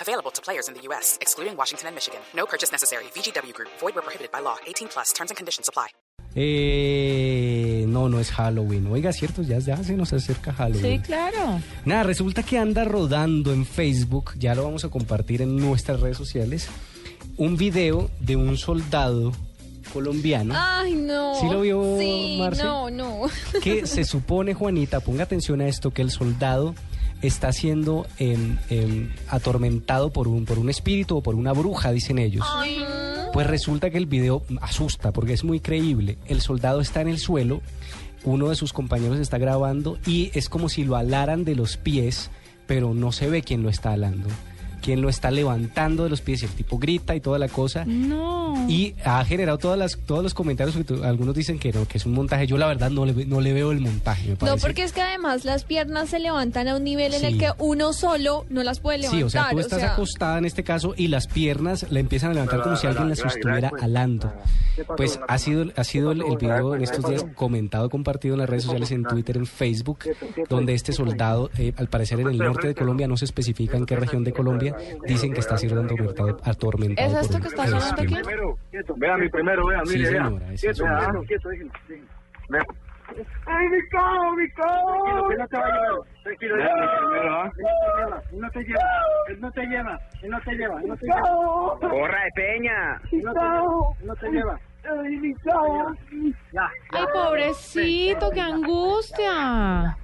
Available to players in the U.S., excluding Washington and Michigan. No purchase necessary. VGW Group, void were prohibited by law. 18 plus terms and conditions apply. Eh, no, no es Halloween. Oiga, cierto, ya, ya se nos acerca Halloween. Sí, claro. Nada, resulta que anda rodando en Facebook, ya lo vamos a compartir en nuestras redes sociales, un video de un soldado colombiano Ay, no. ¿Sí lo vio, Ah, Sí, Marce? no, no. que se supone, Juanita, ponga atención a esto, que el soldado está siendo em, em, atormentado por un, por un espíritu o por una bruja, dicen ellos. Pues resulta que el video asusta porque es muy creíble. El soldado está en el suelo, uno de sus compañeros está grabando y es como si lo alaran de los pies, pero no se ve quién lo está alando, quién lo está levantando de los pies. Y el tipo grita y toda la cosa. No. Y ha generado todas las, todos los comentarios que tú- algunos dicen que no, que es un montaje. Yo la verdad no le, ve- no le veo el montaje. Me No, parece. porque es que además las piernas se levantan a un nivel en Sí. el que uno solo no las puede levantar. Sí, o sea, tú estás o sea, acostada en este caso y las piernas la empiezan a levantar como si alguien las estuviera alando. Pues ha sido, ha sido el, el video en estos días comentado, compartido en las redes sociales, en Twitter, en Facebook, donde este soldado, eh, al parecer en el norte de Colombia, no se especifica en qué región de Colombia, dicen que está siendo atormentado, atormentado ¿Es por esto un que está sonando aquí? espíritu. Primero, quieto, vea mi primero, vea, Sí, mire, vea. señora, ese es Quieto, un- vea, no, quieto, déjeme. déjeme. Vea. ¡Ay, mi codo, mi codo! Tranquilo, que no te va a llevar. Tranquilo, ya. Él no te lleva, él no te lleva, él no te lleva, él no te lleva. ¡Corra de peña! Él no te lleva, él no te lleva. ¡Ay, mi codo! Ya, Ay, pobrecito, qué angustia.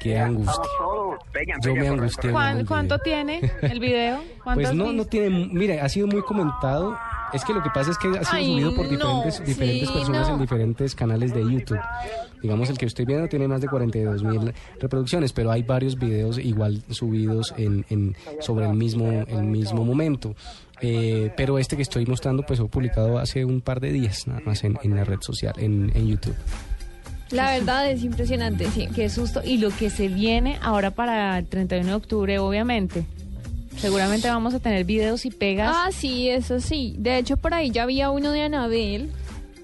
Qué angustia. todo. Peña, Yo peña, me corra, angustié. ¿Cuán- viendo el ¿Cuánto video. tiene el video? Pues ¿Cuántos no, no vis- tiene. Mire, ha sido muy comentado. Es que lo que pasa es que ha sido Ay, subido por no, diferentes, sí, diferentes personas no. en diferentes canales de YouTube. Digamos, el que estoy viendo tiene más de 42 mil reproducciones, pero hay varios videos igual subidos en, en- sobre el mismo, el mismo momento. Eh, pero este que estoy mostrando, pues fue publicado hace un par de días nada más en, en la red social, en, en YouTube. La verdad es impresionante, sí. Qué susto. Y lo que se viene ahora para el 31 de octubre, obviamente. Seguramente vamos a tener videos y pegas. Ah, sí, eso sí. De hecho, por ahí ya había uno de Anabel.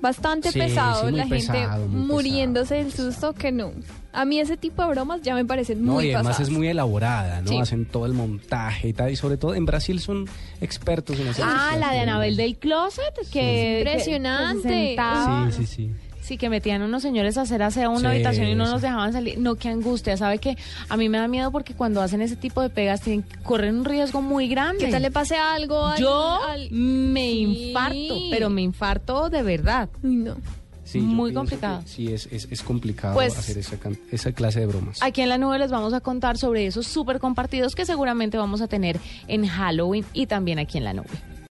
Bastante Sí, pesado, sí, muy la pesado, gente muy muriéndose del pesado, susto que no. A mí ese tipo de bromas ya me parecen No, y muy además pasadas. es muy elaborada, ¿no? Sí. Hacen todo el montaje y tal. Y sobre todo en Brasil son expertos en hacer Ah, estas la de cosas. Anabel del Closet, que- que Impresionante. Ah. que se sentaba. Sí, sí, sí. Sí, que metían unos señores a hacer aseo a una Sí, habitación y no sí. nos dejaban salir. No, qué angustia. ¿Sabe que A mí me da miedo porque cuando hacen ese tipo de pegas tienen, corren un riesgo muy grande. Que tal le pase algo al- Yo al- me Sí. infarto, pero me infarto de verdad. Uy, no. Sí, yo Muy pienso complicado. que Sí, es, es, es complicado Pues- hacer esa, can- esa clase de bromas. Aquí en la nube les vamos a contar sobre esos súper compartidos que seguramente vamos a tener en Halloween y también aquí en la nube.